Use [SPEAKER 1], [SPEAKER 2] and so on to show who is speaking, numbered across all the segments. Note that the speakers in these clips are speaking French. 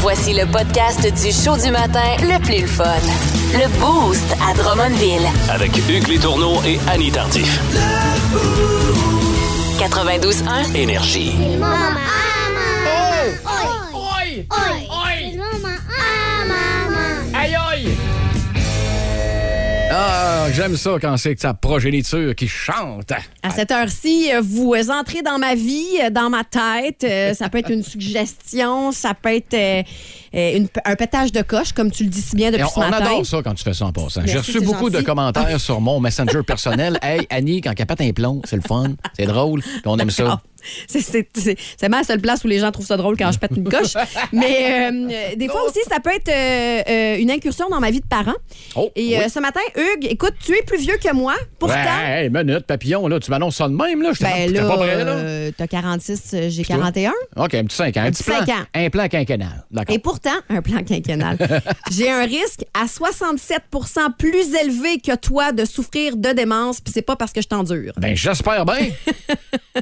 [SPEAKER 1] Voici le podcast du show du matin le plus le fun. Le Boost à Drummondville.
[SPEAKER 2] Avec Hugues Létourneau et Annie Tardif.
[SPEAKER 1] 92.1.
[SPEAKER 2] Énergie.
[SPEAKER 3] Maman,
[SPEAKER 4] Oi!
[SPEAKER 3] Oi!
[SPEAKER 4] Oi!
[SPEAKER 3] maman, ah, maman.
[SPEAKER 4] Aïe aïe!
[SPEAKER 5] Ah, j'aime ça quand c'est que sa progéniture qui chante.
[SPEAKER 6] À cette heure-ci, euh, vous euh, entrez dans ma vie, euh, dans ma tête. Euh, Ça peut être une suggestion, ça peut être euh, euh, une- un pétage de coche, comme tu le dis si bien
[SPEAKER 5] Et
[SPEAKER 6] depuis
[SPEAKER 5] on,
[SPEAKER 6] ce
[SPEAKER 5] on
[SPEAKER 6] matin.
[SPEAKER 5] adore ça quand tu fais ça en passant. J'ai
[SPEAKER 6] Merci,
[SPEAKER 5] reçu
[SPEAKER 6] c'est
[SPEAKER 5] beaucoup de
[SPEAKER 6] gentil.
[SPEAKER 5] commentaires sur mon messenger personnel. Hey, Annie, quand elle pète un plomb, c'est le fun, c'est drôle, puis on aime ça.
[SPEAKER 6] Ah, c'est- C'est c'est- c'est ma seule place où les gens trouvent ça drôle quand je pète une coche. Mais euh, euh, des fois aussi, ça peut être euh, euh, une incursion dans ma vie de parent.
[SPEAKER 5] Oh,
[SPEAKER 6] Et euh,
[SPEAKER 5] oui.
[SPEAKER 6] ce matin, Hugues, écoute, tu es plus vieux que moi. Pourtant,
[SPEAKER 5] Ouais, hey, minute, papillon, là, tu m'annonces ça de même, là. Je
[SPEAKER 6] ben
[SPEAKER 5] t'ai
[SPEAKER 6] là,
[SPEAKER 5] pas prêt, là.
[SPEAKER 6] euh, t'as 46, euh, j'ai
[SPEAKER 5] toi?
[SPEAKER 6] 41.
[SPEAKER 5] OK, un petit 5 ans. Un,
[SPEAKER 6] un
[SPEAKER 5] petit
[SPEAKER 6] petit cinq
[SPEAKER 5] plan.
[SPEAKER 6] ans.
[SPEAKER 5] Un plan quinquennal. D'accord.
[SPEAKER 6] Et pourtant, un plan quinquennal. J'ai un risque à 67 plus élevé que toi de souffrir de démence, puis c'est pas parce que je t'endure.
[SPEAKER 5] Ben, j'espère bien.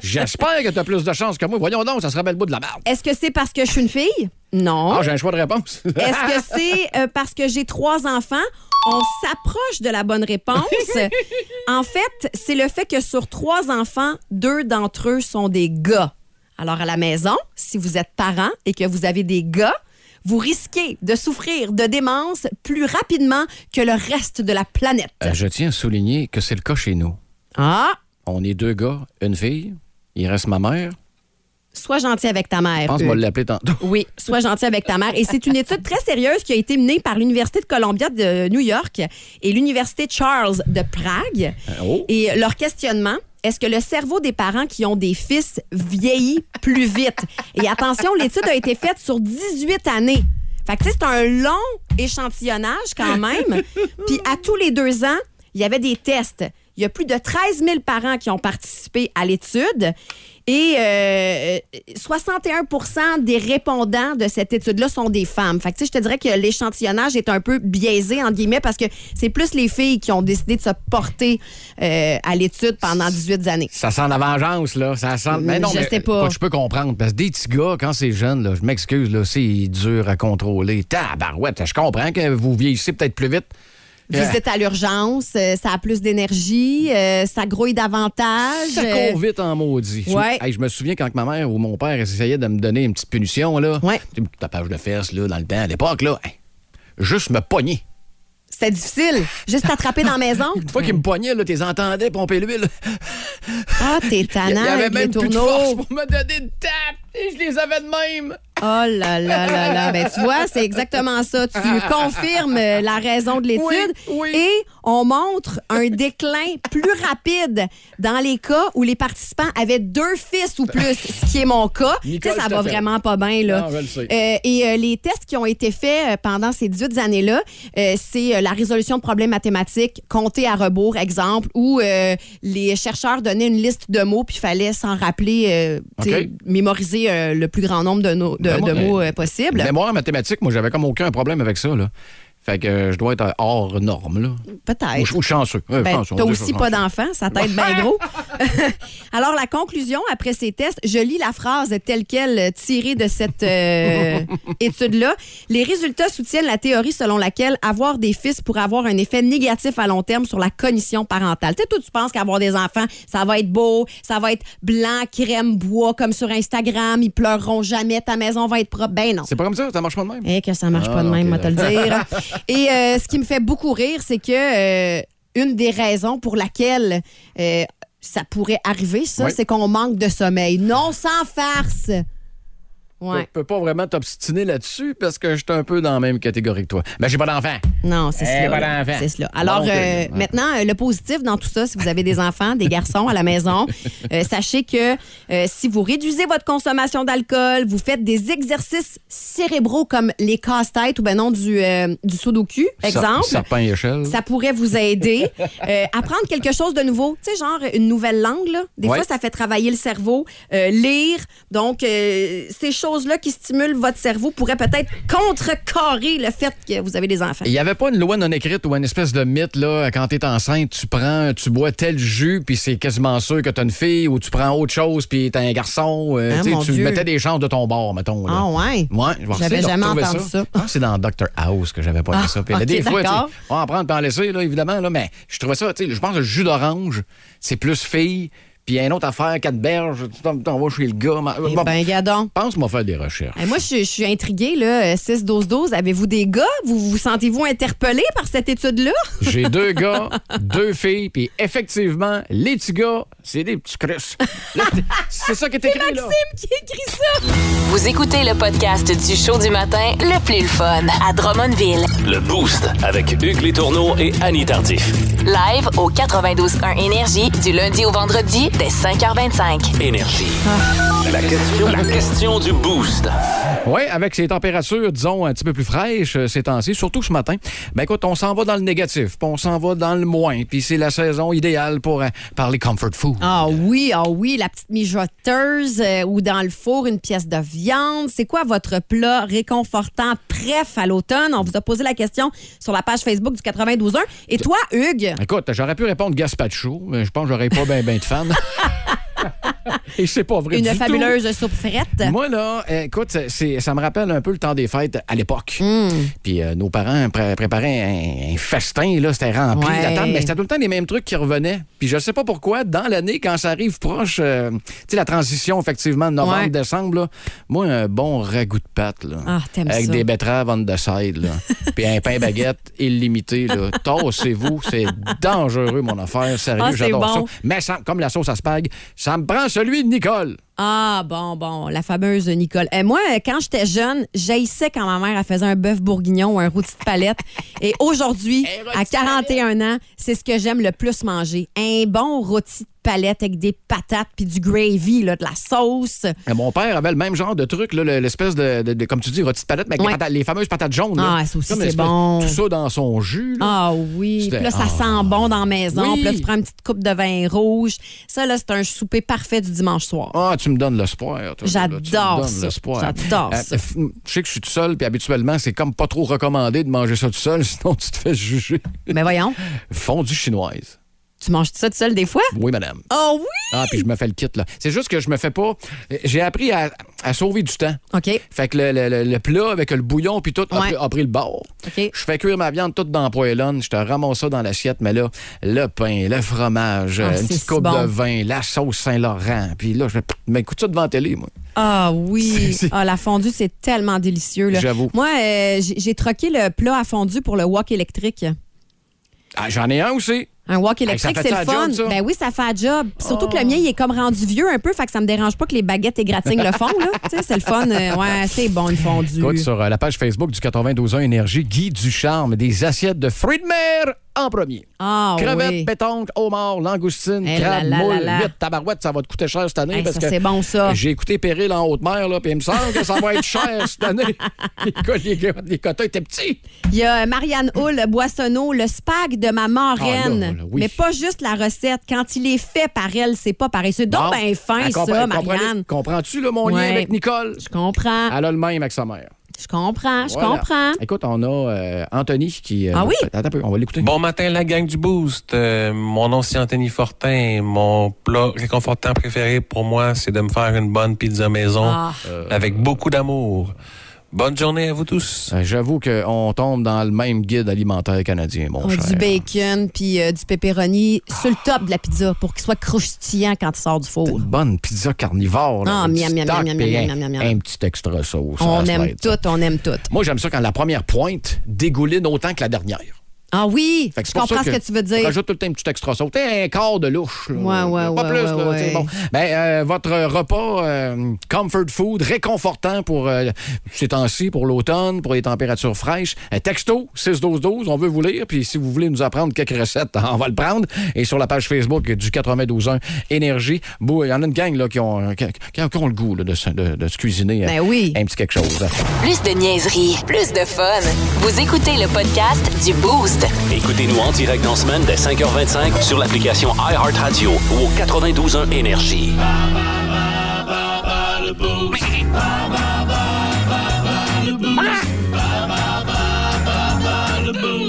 [SPEAKER 5] j'espère que tu as plus de chance que moi. Voyons donc, ça serait belle bout de la merde.
[SPEAKER 6] Est-ce que c'est parce que je suis une fille? Non.
[SPEAKER 5] Ah, j'ai un choix de réponse.
[SPEAKER 6] Est-ce que c'est euh, parce que j'ai trois enfants? On s'approche de la bonne réponse. en fait, c'est le fait que sur trois enfants, deux d'entre eux sont des gars. Alors, à la maison, si vous êtes parent et que vous avez des gars, vous risquez de souffrir de démence plus rapidement que le reste de la planète.
[SPEAKER 5] Euh, je tiens à souligner que c'est le cas chez nous.
[SPEAKER 6] Ah!
[SPEAKER 5] On est deux gars, une fille. Il reste ma mère.
[SPEAKER 6] Sois gentil avec ta mère.
[SPEAKER 5] Je pense
[SPEAKER 6] Hugues.
[SPEAKER 5] qu'on va l'appeler tantôt.
[SPEAKER 6] Oui, sois gentil avec ta mère. Et c'est une étude très sérieuse qui a été menée par l'Université de Columbia de New York et l'Université Charles de Prague.
[SPEAKER 5] oh.
[SPEAKER 6] Et leur questionnement, est-ce que le cerveau des parents qui ont des fils vieillit plus vite? Et attention, l'étude a été faite sur 18 années. Fait que, tu sais, c'est un long échantillonnage quand même. Puis à tous les deux ans, il y avait des tests. Il y a plus de 13 000 parents qui ont participé à l'étude. Et euh, 61 des répondants de cette étude-là sont des femmes. Fait que, tu sais, je te dirais que l'échantillonnage est un peu biaisé, entre guillemets, parce que c'est plus les filles qui ont décidé de se porter euh, à l'étude pendant 18 années.
[SPEAKER 5] Ça sent la vengeance, là. Ça sent. Mais non,
[SPEAKER 6] Je
[SPEAKER 5] mais,
[SPEAKER 6] sais pas.
[SPEAKER 5] Je peux comprendre. Parce que des petits gars, quand c'est jeune, là, je m'excuse, là, c'est dur à contrôler. Tabarouette, je comprends que vous vieillissez peut-être plus vite. Euh,
[SPEAKER 6] Visite à l'urgence, euh, ça a plus d'énergie, euh, ça grouille davantage.
[SPEAKER 5] Ça
[SPEAKER 6] euh,
[SPEAKER 5] court vite en maudit. Je-
[SPEAKER 6] Ouais.
[SPEAKER 5] Hey, Je, me souviens quand que ma mère ou mon père essayait de me donner une petite punition, là.
[SPEAKER 6] Ouais.
[SPEAKER 5] Tu sais, Tapage de fesses, là, dans le temps, à l'époque, là. hey, juste me pogner.
[SPEAKER 6] C'était difficile. Juste t'attraper dans la maison.
[SPEAKER 5] Une fois qu'il me pognait, là, t'es entendais pomper l'huile.
[SPEAKER 6] Ah, t'es
[SPEAKER 5] Il y
[SPEAKER 6] tannant
[SPEAKER 5] avait
[SPEAKER 6] avec les
[SPEAKER 5] même plus de
[SPEAKER 6] tourneaux.
[SPEAKER 5] force pour me donner une tape. Et je les avais de même.
[SPEAKER 6] Oh là là là là. Ben, tu vois, c'est exactement ça. Tu confirmes euh, la raison de l'étude.
[SPEAKER 5] Oui, oui.
[SPEAKER 6] Et on montre un déclin plus rapide dans les cas où les participants avaient deux fils ou plus, ce qui est mon cas. Tu
[SPEAKER 5] Nicole,
[SPEAKER 6] sais, ça
[SPEAKER 5] je te
[SPEAKER 6] va
[SPEAKER 5] fais.
[SPEAKER 6] vraiment pas bien, là.
[SPEAKER 5] Non, je le sais.
[SPEAKER 6] Euh, et euh, les tests qui ont été faits euh, pendant ces 18 années-là, euh, c'est euh, la résolution de problèmes mathématiques, compter à rebours, exemple, où euh, les chercheurs donnaient une liste de mots, puis il fallait s'en rappeler, euh, tu sais,
[SPEAKER 5] OK.
[SPEAKER 6] mémoriser euh, le plus grand nombre de, nos- de,
[SPEAKER 5] Ben, moi,
[SPEAKER 6] de mots
[SPEAKER 5] euh,
[SPEAKER 6] euh, possibles.
[SPEAKER 5] Mémoire mathématique, moi, j'avais comme aucun problème avec ça, là. Fait que euh, je dois être hors norme, là. Ou,
[SPEAKER 6] Peut-être.
[SPEAKER 5] ou chanceux. Ouais,
[SPEAKER 6] Ben,
[SPEAKER 5] chanceux, on
[SPEAKER 6] T'as
[SPEAKER 5] dit
[SPEAKER 6] aussi
[SPEAKER 5] ça, chanceux.
[SPEAKER 6] pas d'enfant, ça t'aide bien gros. Alors, la conclusion après ces tests, je lis la phrase telle qu'elle euh, tirée de cette euh, étude-là. Les résultats soutiennent la théorie selon laquelle avoir des fils pourrait avoir un effet négatif à long terme sur la cognition parentale. Tu sais, toi, tu penses qu'avoir des enfants, ça va être beau, ça va être blanc, crème, bois, comme sur Instagram, ils pleureront jamais, ta maison va être propre. Ben non.
[SPEAKER 5] C'est pas comme ça, ça marche pas de même.
[SPEAKER 6] Eh, que ça marche
[SPEAKER 5] Ah,
[SPEAKER 6] pas de même,
[SPEAKER 5] ok,
[SPEAKER 6] moi te le dire. Et euh, ce qui me fait beaucoup rire, c'est que euh, une des raisons pour laquelle euh, ça pourrait arriver, ça,
[SPEAKER 5] Oui.
[SPEAKER 6] c'est qu'on manque de sommeil. Non, sans farce.
[SPEAKER 5] Je
[SPEAKER 6] Ouais.
[SPEAKER 5] peux pas vraiment t'obstiner là-dessus parce que je suis un peu dans la même catégorie que toi. Mais Ben, j'ai pas d'enfant.
[SPEAKER 6] Non, c'est
[SPEAKER 5] Eh,
[SPEAKER 6] cela.
[SPEAKER 5] pas
[SPEAKER 6] là.
[SPEAKER 5] d'enfant.
[SPEAKER 6] C'est cela. Alors,
[SPEAKER 5] Donc, euh,
[SPEAKER 6] euh,
[SPEAKER 5] ouais.
[SPEAKER 6] maintenant, euh, le positif dans tout ça, si vous avez des enfants, des garçons à la maison, euh, sachez que euh, si vous réduisez votre consommation d'alcool, vous faites des exercices cérébraux comme les casse-têtes ou ben non, du, euh, du sudoku, exemple.
[SPEAKER 5] Sar- Serpent et échelle.
[SPEAKER 6] Ça pourrait vous aider. Euh, apprendre quelque chose de nouveau. Tu sais, genre une nouvelle langue, là. Des
[SPEAKER 5] Ouais.
[SPEAKER 6] fois, ça fait travailler le cerveau. Euh, lire. Donc, euh, ces choses-là qui stimulent votre cerveau pourraient peut-être contrecarrer le fait que vous avez des enfants.
[SPEAKER 5] Il n'y avait pas une loi non écrite ou une espèce de mythe, là, quand t'es enceinte, tu prends, tu bois tel jus, puis c'est quasiment sûr que t'as une fille, ou tu prends autre chose, puis t'es un garçon. euh,
[SPEAKER 6] Ah,
[SPEAKER 5] tu sais,
[SPEAKER 6] mon
[SPEAKER 5] tu
[SPEAKER 6] Dieu.
[SPEAKER 5] mettais des chances de ton bord, mettons. là.
[SPEAKER 6] Ah ouais?
[SPEAKER 5] Ouais, je vais
[SPEAKER 6] J'avais
[SPEAKER 5] essayer de
[SPEAKER 6] jamais
[SPEAKER 5] retrouver
[SPEAKER 6] entendu ça.
[SPEAKER 5] Je pense que c'est dans Dr House que j'avais pas
[SPEAKER 6] Ah,
[SPEAKER 5] vu ça. Puis
[SPEAKER 6] ok,
[SPEAKER 5] des fois, tu sais,
[SPEAKER 6] d'accord.
[SPEAKER 5] on va en prendre, puis en laisser, là, évidemment, là, mais je trouvais ça, tu sais, je pense que le jus d'orange, c'est plus fille, puis il y a une autre affaire, quatre berges, tu t'en- t'en vas chez le gars. ma-
[SPEAKER 6] Eh
[SPEAKER 5] bon,
[SPEAKER 6] ben, gadon.
[SPEAKER 5] pense moi faire des recherches.
[SPEAKER 6] Eh, moi, je, je suis intriguée, là. euh, 6-12-12, avez-vous des gars? Vous vous sentez-vous interpellé par cette étude-là?
[SPEAKER 5] J'ai deux gars, deux filles, puis effectivement, les petits gars, c'est des petits crusses. Là, C'est ça qui est écrit, là.
[SPEAKER 6] Maxime qui écrit ça!
[SPEAKER 1] Vous écoutez le podcast du show du matin le plus le fun à Drummondville.
[SPEAKER 2] Le Boost avec Hugues Létourneau et Annie Tardif.
[SPEAKER 1] Live au 92.1 Énergie du lundi au vendredi dès 5h25.
[SPEAKER 2] Énergie. La question, la question du Boost.
[SPEAKER 5] Oui, avec ces températures, disons, un petit peu plus fraîches euh, ces temps-ci, surtout ce matin. Ben écoute, on s'en va dans le négatif, puis on s'en va dans le moins, puis c'est la saison idéale pour euh, parler comfort food.
[SPEAKER 6] Ah oui, ah oui, la petite mijoteuse euh, ou dans le four, une pièce de viande. C'est quoi votre plat réconfortant préf à l'automne? On vous a posé la question sur la page Facebook du 92.1. Et toi, Hugues?
[SPEAKER 5] Écoute, j'aurais pu répondre gazpacho, mais je pense que j'aurais pas bien ben de fans. Et c'est pas vrai
[SPEAKER 6] Une
[SPEAKER 5] du tout.
[SPEAKER 6] fabuleuse soupe frette.
[SPEAKER 5] Moi, là, euh, écoute, c'est- ça me rappelle un peu le temps des fêtes à l'époque.
[SPEAKER 6] Hmm.
[SPEAKER 5] Puis euh, nos parents pré- préparaient un, un festin, là, c'était rempli
[SPEAKER 6] Ouais.
[SPEAKER 5] la table, mais c'était tout le temps les mêmes trucs qui revenaient. Puis je sais pas pourquoi, dans l'année, quand ça arrive proche, euh, tu sais, la transition, effectivement, de novembre,
[SPEAKER 6] Ouais.
[SPEAKER 5] décembre, là, moi, un bon ragoût de pâte, là.
[SPEAKER 6] Ah, t'aimes
[SPEAKER 5] Avec
[SPEAKER 6] ça.
[SPEAKER 5] des betteraves on the side, là. Puis un pain baguette illimité, là. Tassez-vous, c'est dangereux, mon affaire, sérieux,
[SPEAKER 6] Ah, c'est
[SPEAKER 5] j'adore
[SPEAKER 6] bon.
[SPEAKER 5] ça. Mais ça- comme la sauce à spag, ça me prend celui de Nicole.
[SPEAKER 6] Ah, bon, bon, la fameuse Nicole. Euh, moi, euh, quand j'étais jeune, j'haïssais quand ma mère elle faisait un bœuf bourguignon ou un rôti de palette. Et aujourd'hui,
[SPEAKER 5] Eh,
[SPEAKER 6] à 41 ans, c'est ce que j'aime le plus manger. Un bon rôti de palette avec des patates puis du gravy, là, de la sauce.
[SPEAKER 5] Euh, Mon père avait le même genre de truc, là, le- l'espèce de, de- de- comme tu dis, rôti de palette, mais avec
[SPEAKER 6] Ouais.
[SPEAKER 5] les, patates- les fameuses patates jaunes. là.
[SPEAKER 6] Ah, ça aussi,
[SPEAKER 5] Comme
[SPEAKER 6] c'est
[SPEAKER 5] l'espèce-
[SPEAKER 6] bon.
[SPEAKER 5] Tout ça dans son jus. là.
[SPEAKER 6] Ah oui,
[SPEAKER 5] C'était-
[SPEAKER 6] puis là, ça
[SPEAKER 5] ah.
[SPEAKER 6] sent bon dans la maison.
[SPEAKER 5] Oui.
[SPEAKER 6] Puis là, tu prends une petite coupe de vin rouge. Ça, là, c'est un souper parfait du dimanche soir.
[SPEAKER 5] Ah, tu me donnes l'espoir. toi, là, là, tu me
[SPEAKER 6] J'adore
[SPEAKER 5] donnes
[SPEAKER 6] ça.
[SPEAKER 5] l'espoir.
[SPEAKER 6] J'adore
[SPEAKER 5] Euh,
[SPEAKER 6] ça.
[SPEAKER 5] f- Je sais que je suis tout seul, puis habituellement, c'est comme pas trop recommandé de manger ça tout seul, sinon tu te fais juger.
[SPEAKER 6] Mais voyons,
[SPEAKER 5] Fondue chinoise.
[SPEAKER 6] tu manges ça tout seul des fois?
[SPEAKER 5] Oui, madame.
[SPEAKER 6] Oh oui!
[SPEAKER 5] Ah, puis je me fais le kit, là. C'est juste que je me fais pas. euh, J'ai appris à, à sauver du temps.
[SPEAKER 6] OK.
[SPEAKER 5] Fait que le, le- le- le plat avec le bouillon puis tout a,
[SPEAKER 6] Ouais.
[SPEAKER 5] pris, a pris le bord.
[SPEAKER 6] OK.
[SPEAKER 5] Je fais cuire ma viande toute dans la poêlonne. Je te ramasse ça dans l'assiette, mais là, le pain, le fromage,
[SPEAKER 6] Ah,
[SPEAKER 5] euh,
[SPEAKER 6] c'est
[SPEAKER 5] une
[SPEAKER 6] si
[SPEAKER 5] petite coupe
[SPEAKER 6] bon.
[SPEAKER 5] de vin, la sauce Saint-Laurent. Puis là, je m'écoute ça devant la télé, moi.
[SPEAKER 6] Ah oui,
[SPEAKER 5] C'est- c'est-
[SPEAKER 6] ah, la fondue, c'est tellement délicieux. là.
[SPEAKER 5] J'avoue.
[SPEAKER 6] Moi, euh, j'ai j'ai troqué le plat à fondue pour le wok électrique.
[SPEAKER 5] Ah, J'en ai un aussi.
[SPEAKER 6] Un wok électrique,
[SPEAKER 5] fait
[SPEAKER 6] c'est
[SPEAKER 5] ça
[SPEAKER 6] le
[SPEAKER 5] la
[SPEAKER 6] fun.
[SPEAKER 5] job, ça? Ah.
[SPEAKER 6] ben oui, ça fait un job. Puis Surtout que le mien, il est comme rendu vieux un peu, fait que ça me dérange pas que les baguettes et gratings le font. là. Tu sais, C'est le fun. euh, ouais, c'est bon une fondue.
[SPEAKER 5] Écoute, sur euh, la page Facebook du 92.1 Énergie, Guy Ducharme, des assiettes de fruits de mer en premier.
[SPEAKER 6] Ah
[SPEAKER 5] Crevettes,
[SPEAKER 6] oui.
[SPEAKER 5] pétanque, homard, langoustine,
[SPEAKER 6] Eh
[SPEAKER 5] crabe,
[SPEAKER 6] là là
[SPEAKER 5] moule,
[SPEAKER 6] là là.
[SPEAKER 5] huître, tabarouette, ça va te coûter cher cette année.
[SPEAKER 6] Hey,
[SPEAKER 5] parce
[SPEAKER 6] ça,
[SPEAKER 5] que
[SPEAKER 6] c'est bon, ça.
[SPEAKER 5] J'ai écouté Péril en haute mer, là, puis il me semble que ça va être cher cette année. Écoute, les, les quotas étaient petits.
[SPEAKER 6] Il y a euh, Marianne Hull, Boissonneau, le spag de ma marraine.
[SPEAKER 5] Ah, là, là, oui.
[SPEAKER 6] Mais pas juste la recette. Quand il est fait par elle, c'est pas pareil. C'est
[SPEAKER 5] Bon.
[SPEAKER 6] donc bien fin,
[SPEAKER 5] Elle compre-
[SPEAKER 6] ça,
[SPEAKER 5] comprenez-
[SPEAKER 6] Marianne.
[SPEAKER 5] Comprends-tu là, mon
[SPEAKER 6] Ouais.
[SPEAKER 5] lien avec Nicole?
[SPEAKER 6] Je comprends.
[SPEAKER 5] Elle a le même avec sa mère.
[SPEAKER 6] Je comprends. Ah, Je
[SPEAKER 5] Ah. Voilà.
[SPEAKER 6] comprends.
[SPEAKER 5] Écoute, on a euh, Anthony qui. euh,
[SPEAKER 6] Ah oui?
[SPEAKER 5] Attends un peu, on va l'écouter.
[SPEAKER 4] Bon matin, la gang du Boost. Euh, mon nom, c'est Anthony Fortin. Mon plat réconfortant préféré pour moi, c'est de me faire une bonne pizza maison
[SPEAKER 6] Ah.
[SPEAKER 4] avec beaucoup d'amour. Bonne journée à vous tous.
[SPEAKER 5] Euh, J'avoue qu'on tombe dans le même guide alimentaire canadien, mon
[SPEAKER 6] On a
[SPEAKER 5] cher.
[SPEAKER 6] du bacon puis euh, du pepperoni sur le top de la pizza pour qu'il soit croustillant quand il sort du four.
[SPEAKER 5] Oh, Une bonne pizza carnivore. là,
[SPEAKER 6] Ah,
[SPEAKER 5] avec du
[SPEAKER 6] miam, miam,
[SPEAKER 5] stock,
[SPEAKER 6] miam, miam,
[SPEAKER 5] puis
[SPEAKER 6] miam,
[SPEAKER 5] un-
[SPEAKER 6] miam, miam,
[SPEAKER 5] Un
[SPEAKER 6] miam.
[SPEAKER 5] petit extra sauce.
[SPEAKER 6] On
[SPEAKER 5] ça se
[SPEAKER 6] aime
[SPEAKER 5] l'aide, ça.
[SPEAKER 6] tout, on aime tout.
[SPEAKER 5] Moi, j'aime ça quand la première pointe dégouline autant que la dernière.
[SPEAKER 6] Ah oui,
[SPEAKER 5] Fait que
[SPEAKER 6] je
[SPEAKER 5] c'est pour ça
[SPEAKER 6] comprends ce que tu veux dire.
[SPEAKER 5] Rajoute tout le temps un petit extra sauce. T'es un quart de louche. là.
[SPEAKER 6] Ouais, ouais,
[SPEAKER 5] Pas
[SPEAKER 6] ouais,
[SPEAKER 5] plus,
[SPEAKER 6] ouais,
[SPEAKER 5] là,
[SPEAKER 6] ouais.
[SPEAKER 5] t'sais, bon. Ben, euh, votre repas euh, comfort food, réconfortant pour euh, ces temps-ci, pour l'automne, pour les températures fraîches. Euh, texto, 6-12-12, on veut vous lire. Puis si vous voulez nous apprendre quelques recettes, on va le prendre. Et sur la page Facebook du 92.1 Énergie, bou- il y en a une gang là, qui, ont, euh, qui, qui- qui ont le goût là, de, se- de- de se cuisiner euh,
[SPEAKER 6] Ben oui.
[SPEAKER 5] un petit quelque chose.
[SPEAKER 1] Plus de niaiserie, plus de fun. Vous écoutez le podcast du Boost.
[SPEAKER 2] Écoutez-nous en direct dans semaine dès 5h25 sur l'application iHeartRadio ou au 92.1 Énergie.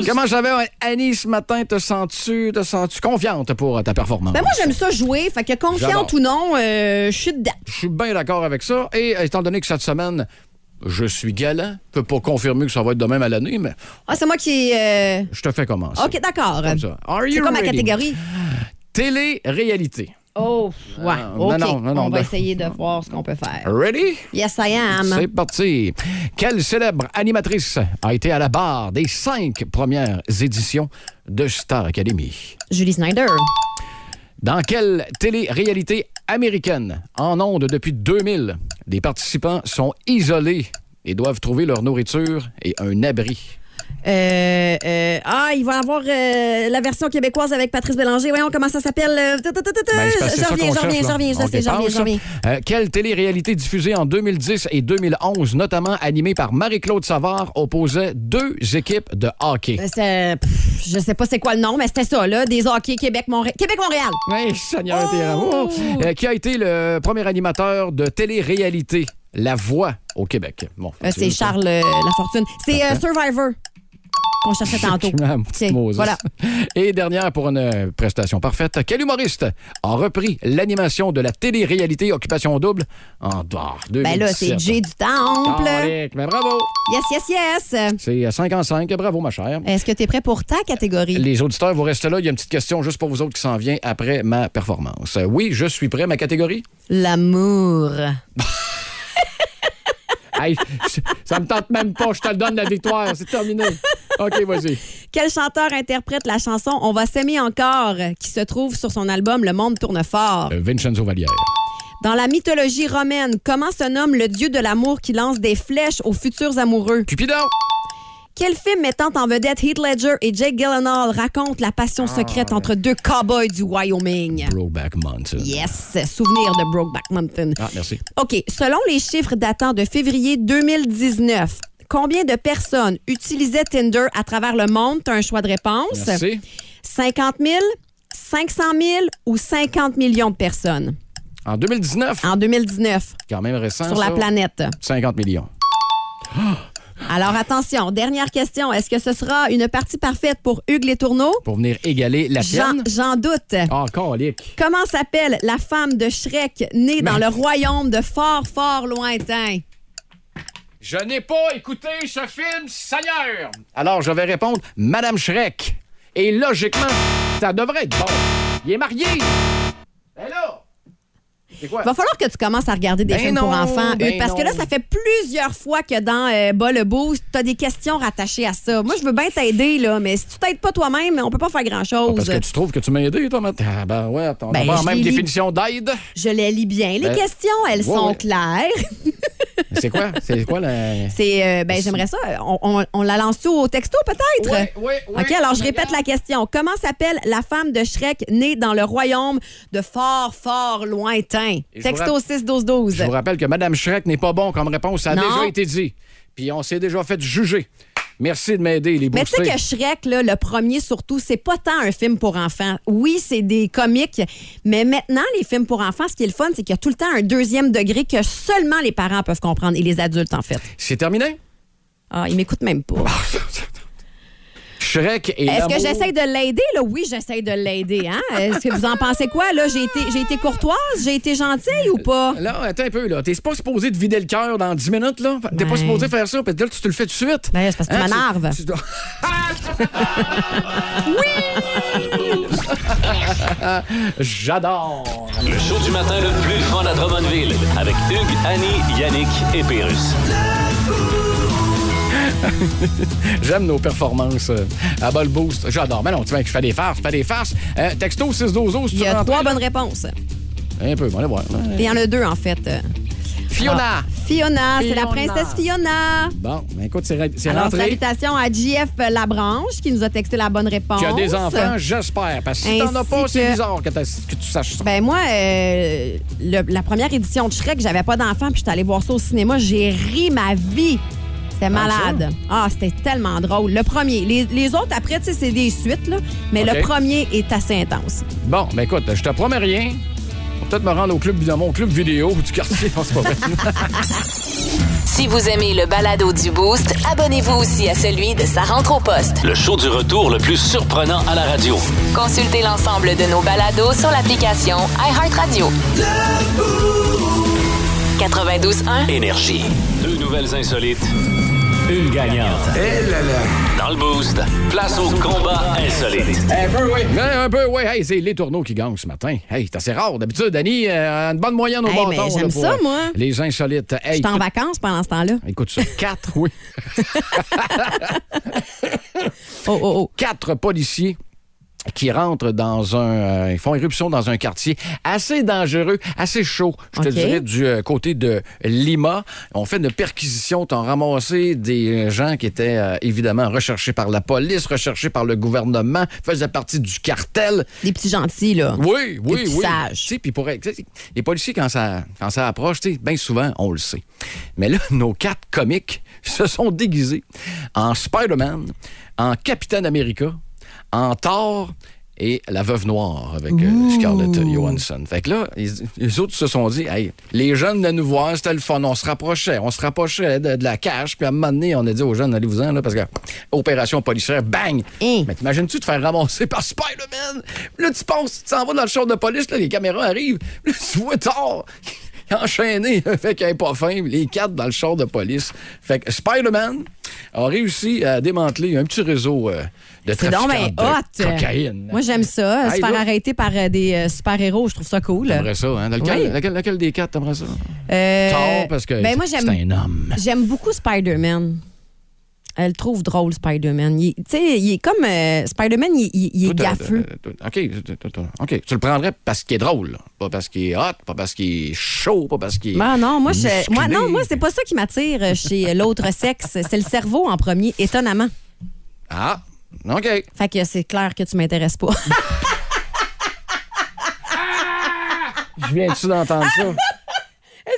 [SPEAKER 5] Comment j'avais Annie ce matin? Te sens-tu te sens-tu confiante pour euh, ta performance?
[SPEAKER 6] Ben moi, j'aime ça jouer. Fait que confiante
[SPEAKER 5] J'adore.
[SPEAKER 6] ou non, euh, je suis dedans.
[SPEAKER 5] Je suis bien d'accord avec ça. Et euh, étant donné que cette semaine, je suis galant, je peux pas confirmer que ça va être de même à l'année, mais
[SPEAKER 6] Ah, c'est moi qui. euh,
[SPEAKER 5] je te fais commencer.
[SPEAKER 6] OK, d'accord.
[SPEAKER 5] Comme ça. Are
[SPEAKER 6] C'est
[SPEAKER 5] you
[SPEAKER 6] quoi ma
[SPEAKER 5] ready?
[SPEAKER 6] catégorie?
[SPEAKER 5] Télé-réalité.
[SPEAKER 6] Oh, ouais.
[SPEAKER 5] Ah, non,
[SPEAKER 6] OK.
[SPEAKER 5] non, non, non,
[SPEAKER 6] On va
[SPEAKER 5] ben-
[SPEAKER 6] essayer de voir ce qu'on peut faire.
[SPEAKER 5] Ready?
[SPEAKER 6] Yes, I am.
[SPEAKER 5] C'est parti. Quelle célèbre animatrice a été à la barre des cinq premières éditions de Star Academy?
[SPEAKER 6] Julie Snyder.
[SPEAKER 5] Dans quelle télé-réalité américaine, en ondes depuis 2000, des participants sont isolés et doivent trouver leur nourriture et un abri?
[SPEAKER 6] Euh, euh, ah, il va y avoir euh, la version québécoise avec Patrice Bélanger. Voyons comment ça s'appelle. Euh, ta, ta, ta, ta, ta.
[SPEAKER 5] Ben, c'est parce que c'est
[SPEAKER 6] Je
[SPEAKER 5] ça
[SPEAKER 6] reviens,
[SPEAKER 5] qu'on
[SPEAKER 6] je
[SPEAKER 5] cherche,
[SPEAKER 6] reviens,
[SPEAKER 5] là.
[SPEAKER 6] je reviens, je
[SPEAKER 5] On
[SPEAKER 6] sais, je reviens,
[SPEAKER 5] dépense.
[SPEAKER 6] je reviens.
[SPEAKER 5] Euh, quelle télé-réalité diffusée en 2010 et 2011, notamment animée par Marie-Claude Savard, opposait deux équipes de hockey?
[SPEAKER 6] Euh, c'est- pff, Je sais pas c'est quoi le nom, mais c'était ça, là. Des hockey Québec-Montréal. Québec-Montréal.
[SPEAKER 5] Oui, Seigneur des
[SPEAKER 6] Oh!
[SPEAKER 5] rameaux. Euh, qui a été le premier animateur de télé-réalité La Voix au Québec. Bon,
[SPEAKER 6] Euh, c'est Charles euh, Lafortune. C'est euh, Survivor qu'on cherchait tantôt. Tiens,
[SPEAKER 5] Voilà.
[SPEAKER 6] voilà.
[SPEAKER 5] Et dernière pour une euh, prestation parfaite, quel humoriste a repris l'animation de la télé-réalité Occupation Double en dehors
[SPEAKER 6] Ben là, c'est Jay du Temple.
[SPEAKER 5] Mais ben bravo.
[SPEAKER 6] Yes, yes, yes.
[SPEAKER 5] C'est euh, 5 en 5. Bravo, ma chère.
[SPEAKER 6] Est-ce que tu es prêt pour ta catégorie?
[SPEAKER 5] Les auditeurs, vous restez là. Il y a une petite question juste pour vous autres qui s'en vient après ma performance. Euh, Oui, je suis prêt. Ma catégorie?
[SPEAKER 6] L'amour.
[SPEAKER 5] Hey, c- ça me tente même pas, je te le donne la victoire, c'est terminé. OK, vas-y.
[SPEAKER 6] Quel chanteur interprète la chanson On va s'aimer encore qui se trouve sur son album Le monde tourne fort?
[SPEAKER 5] Euh, Vincenzo Vallière.
[SPEAKER 6] Dans la mythologie romaine, comment se nomme le dieu de l'amour qui lance des flèches aux futurs amoureux?
[SPEAKER 5] Cupidon!
[SPEAKER 6] Quel film mettant en vedette Heath Ledger et Jake Gyllenhaal raconte la passion secrète entre deux cowboys du Wyoming?
[SPEAKER 5] Brokeback Mountain.
[SPEAKER 6] Yes, souvenir de Brokeback Mountain.
[SPEAKER 5] Ah, merci.
[SPEAKER 6] OK, selon les chiffres datant de février 2019, combien de personnes utilisaient Tinder à travers le monde? Tu as un choix de réponse.
[SPEAKER 5] Merci.
[SPEAKER 6] 50 000, 500 000 ou 50 millions de personnes
[SPEAKER 5] En 2019,
[SPEAKER 6] en 2019
[SPEAKER 5] quand même récent.
[SPEAKER 6] sur la
[SPEAKER 5] ça.
[SPEAKER 6] planète?
[SPEAKER 5] 50 millions.
[SPEAKER 6] Alors attention, dernière question. Est-ce que ce sera une partie parfaite pour Hugues Les Tourneaux?
[SPEAKER 5] Pour venir égaler la
[SPEAKER 6] J'en
[SPEAKER 5] tienne.
[SPEAKER 6] j'en doute.
[SPEAKER 5] Ah, calique.
[SPEAKER 6] Comment s'appelle la femme de Shrek née dans
[SPEAKER 5] Ben.
[SPEAKER 6] le royaume de fort, fort lointain?
[SPEAKER 5] Je n'ai pas écouté ce film, Seigneur! Alors, je vais répondre Madame Shrek. Et logiquement, ça devrait être bon. Il est marié! Ben là! C'est quoi?
[SPEAKER 6] Il va falloir que tu commences à regarder des
[SPEAKER 5] Ben
[SPEAKER 6] films
[SPEAKER 5] non,
[SPEAKER 6] pour enfants,
[SPEAKER 5] ben
[SPEAKER 6] Hugues, parce que là,
[SPEAKER 5] non.
[SPEAKER 6] ça fait plusieurs fois que dans euh, Bas le Boost, tu as des questions rattachées à ça. Moi, je veux bien t'aider, là, mais si tu t'aides pas toi-même, on peut pas faire
[SPEAKER 5] Ah,
[SPEAKER 6] grand-chose.
[SPEAKER 5] Parce que tu trouves que tu m'as aidé, toi, maintenant. Ah, ben ouais, on
[SPEAKER 6] Ben,
[SPEAKER 5] a pas
[SPEAKER 6] je
[SPEAKER 5] même
[SPEAKER 6] l'ai lu.
[SPEAKER 5] définition d'aide.
[SPEAKER 6] Je les lis bien. Les
[SPEAKER 5] Ben,
[SPEAKER 6] questions, elles
[SPEAKER 5] ouais,
[SPEAKER 6] sont
[SPEAKER 5] ouais.
[SPEAKER 6] claires.
[SPEAKER 5] C'est quoi? C'est quoi la.
[SPEAKER 6] C'est, euh, ben, j'aimerais ça. On, on- on la lance-tu au texto, peut-être?
[SPEAKER 5] Ouais, ouais, ouais.
[SPEAKER 6] OK, alors je répète la question. Comment s'appelle la femme de Shrek née dans le royaume de fort, fort lointain?
[SPEAKER 5] Et je vous
[SPEAKER 6] Texto
[SPEAKER 5] rapp-
[SPEAKER 6] 6 12 12
[SPEAKER 5] Je vous rappelle que Madame Shrek n'est pas bon comme réponse. Ça a
[SPEAKER 6] Non.
[SPEAKER 5] déjà été dit. Puis on s'est déjà fait juger. Merci de m'aider, les
[SPEAKER 6] Mais tu sais
[SPEAKER 5] boostés.
[SPEAKER 6] que Shrek, là, le premier surtout, c'est pas tant un film pour enfants. Oui, c'est des comiques, mais maintenant, les films pour enfants, ce qui est le fun, c'est qu'il y a tout le temps un deuxième degré que seulement les parents peuvent comprendre et les adultes, en fait.
[SPEAKER 5] C'est terminé?
[SPEAKER 6] Ah, ils m'écoutent même pas.
[SPEAKER 5] Shrek et
[SPEAKER 6] Est-ce que
[SPEAKER 5] l'amour.
[SPEAKER 6] j'essaie de l'aider? Là? Oui, j'essaie de l'aider. Hein? Est-ce que vous en pensez quoi? Là, j'ai été, j'ai été courtoise? J'ai été gentille ou pas?
[SPEAKER 5] Là, attends un peu, là. T'es pas supposé de vider le cœur dans 10 minutes, là. T'es pas
[SPEAKER 6] Ouais.
[SPEAKER 5] supposé faire ça, parce que là, tu te le fais tout de suite.
[SPEAKER 6] Ben, c'est parce que tu m'énerves.
[SPEAKER 5] tu- tu dois- oui! J'adore!
[SPEAKER 2] Le show du matin le plus le fun à Drummondville avec Hugues, Annie, Yannick et Pérus.
[SPEAKER 5] J'aime nos performances euh, à bas le boost. J'adore. Mais non, tu vois que je fais des farces, je fais des farces. Euh, texto 612 si
[SPEAKER 6] Il
[SPEAKER 5] tu
[SPEAKER 6] y a
[SPEAKER 5] rentres.
[SPEAKER 6] trois bonnes réponses.
[SPEAKER 5] Un peu, on va voir. Ah.
[SPEAKER 6] Et il y en a deux, en fait.
[SPEAKER 5] Fiona!
[SPEAKER 6] Fiona, c'est la
[SPEAKER 5] Fiona.
[SPEAKER 6] princesse Fiona.
[SPEAKER 5] Bon, ben écoute, c'est ra- c'est
[SPEAKER 6] Alors,
[SPEAKER 5] rentré.
[SPEAKER 6] salutations à JF Labranche qui nous a texté la bonne réponse.
[SPEAKER 5] Tu as des enfants, j'espère. Parce que si t'en as
[SPEAKER 6] Ainsi
[SPEAKER 5] pas, c'est
[SPEAKER 6] que-
[SPEAKER 5] bizarre que, t'as- que tu saches ça.
[SPEAKER 6] Ben moi, euh, le- la première édition de Shrek, j'avais pas d'enfant, puis j'étais allée voir ça au cinéma. J'ai ri ma vie. C'était malade. Ah, c'était tellement drôle. Le premier. Les, les autres, après, tu sais, c'est des suites, là. Mais
[SPEAKER 5] OK.
[SPEAKER 6] le premier est assez intense.
[SPEAKER 5] Bon, ben écoute, je te promets rien. On va peut-être me rendre au club, dans mon club vidéo du quartier. Non, c'est pas vrai.
[SPEAKER 1] Si vous aimez le balado du Boost, abonnez-vous aussi à celui de sa rentre au poste.
[SPEAKER 2] Le show du retour le plus surprenant à la radio.
[SPEAKER 1] Consultez l'ensemble de nos balados sur l'application iHeartRadio. 92.1,
[SPEAKER 2] Énergie. Deux nouvelles insolites. Une gagnante. Dans le boost, place au combat insolite.
[SPEAKER 5] Ouais, un peu, oui. Hey, c'est les tourneaux qui gagnent ce matin. Hey, c'est assez rare. D'habitude, Annie, euh, une bonne moyenne au
[SPEAKER 6] Hey,
[SPEAKER 5] bâton.
[SPEAKER 6] mais
[SPEAKER 5] là,
[SPEAKER 6] j'aime
[SPEAKER 5] pour,
[SPEAKER 6] ça,
[SPEAKER 5] euh,
[SPEAKER 6] moi.
[SPEAKER 5] Les insolites.
[SPEAKER 6] Je
[SPEAKER 5] Hey,
[SPEAKER 6] suis en vacances pendant ce temps-là.
[SPEAKER 5] écoute ça. Quatre, oui.
[SPEAKER 6] Oh, oh,
[SPEAKER 5] Quatre policiers qui rentrent dans un... euh, ils font éruption dans un quartier assez dangereux, assez chaud, je te
[SPEAKER 6] OK.
[SPEAKER 5] dirais, du euh, côté de Lima. On fait une perquisition, t'ont ramassé des gens qui étaient euh, évidemment recherchés par la police, recherchés par le gouvernement, faisaient partie du cartel.
[SPEAKER 6] oh. Des petits gentils, là.
[SPEAKER 5] Oui, oui,
[SPEAKER 6] petits
[SPEAKER 5] oui.
[SPEAKER 6] sages.
[SPEAKER 5] Tu sais, puis pour tu sais, les policiers quand ça quand ça approche, tu sais, bien souvent on le sait. Mais là, nos quatre comiques se sont déguisés en Spider-Man, en Capitaine America, en Thor et la veuve noire avec euh, Scarlett Johansson. Fait que là, ils- les autres se sont dit, hey, les jeunes venaient nous voir, c'était le fun, on se rapprochait, on se rapprochait de, de la cache, puis à un moment donné, on a dit aux jeunes, allez-vous-en, là, parce que opération policière, bang!
[SPEAKER 6] Hein.
[SPEAKER 5] Mais t'imagines-tu te faire ramasser par Spider-Man? Là, tu penses, tu t'en vas dans le show de police, là, les caméras arrivent, là, tu vois tard! Enchaîné, fait qu'il n'est pas fin, les quatre dans le char de police. Fait que Spider-Man a réussi à démanteler un petit réseau euh, de
[SPEAKER 6] C'est donc
[SPEAKER 5] trafiquants
[SPEAKER 6] ben
[SPEAKER 5] de
[SPEAKER 6] hot.
[SPEAKER 5] cocaïne.
[SPEAKER 6] Moi, j'aime ça.
[SPEAKER 5] Hey,
[SPEAKER 6] se faire
[SPEAKER 5] là.
[SPEAKER 6] arrêter par euh, des euh, super-héros, je trouve ça cool.
[SPEAKER 5] T'aimerais ça, hein? Dans lequel,
[SPEAKER 6] Oui.
[SPEAKER 5] laquelle, laquelle des quatre t'aimerais ça?
[SPEAKER 6] Euh,
[SPEAKER 5] Thor, parce que
[SPEAKER 6] ben, moi,
[SPEAKER 5] c'est
[SPEAKER 6] j'aime-
[SPEAKER 5] un homme.
[SPEAKER 6] J'aime beaucoup Spider-Man. Elle le trouve drôle, Spider-Man. Il- Tu sais, il est comme. euh, Spider-Man, il, il- il est
[SPEAKER 5] Toi, t'as-
[SPEAKER 6] gaffeux.
[SPEAKER 5] t'as- t'as- OK, t'as- t'as- OK. Tu le prendrais parce qu'il est drôle, là. pas parce qu'il est hot, pas parce qu'il est chaud, pas parce qu'il est.
[SPEAKER 6] Ben non, moi, je,
[SPEAKER 5] musclé.
[SPEAKER 6] moi, non, moi, c'est pas ça qui m'attire euh, chez l'autre sexe. C'est le cerveau en premier, étonnamment.
[SPEAKER 5] Ah, OK.
[SPEAKER 6] Fait que c'est clair que tu m'intéresses pas.
[SPEAKER 5] Je viens-tu d'entendre ça?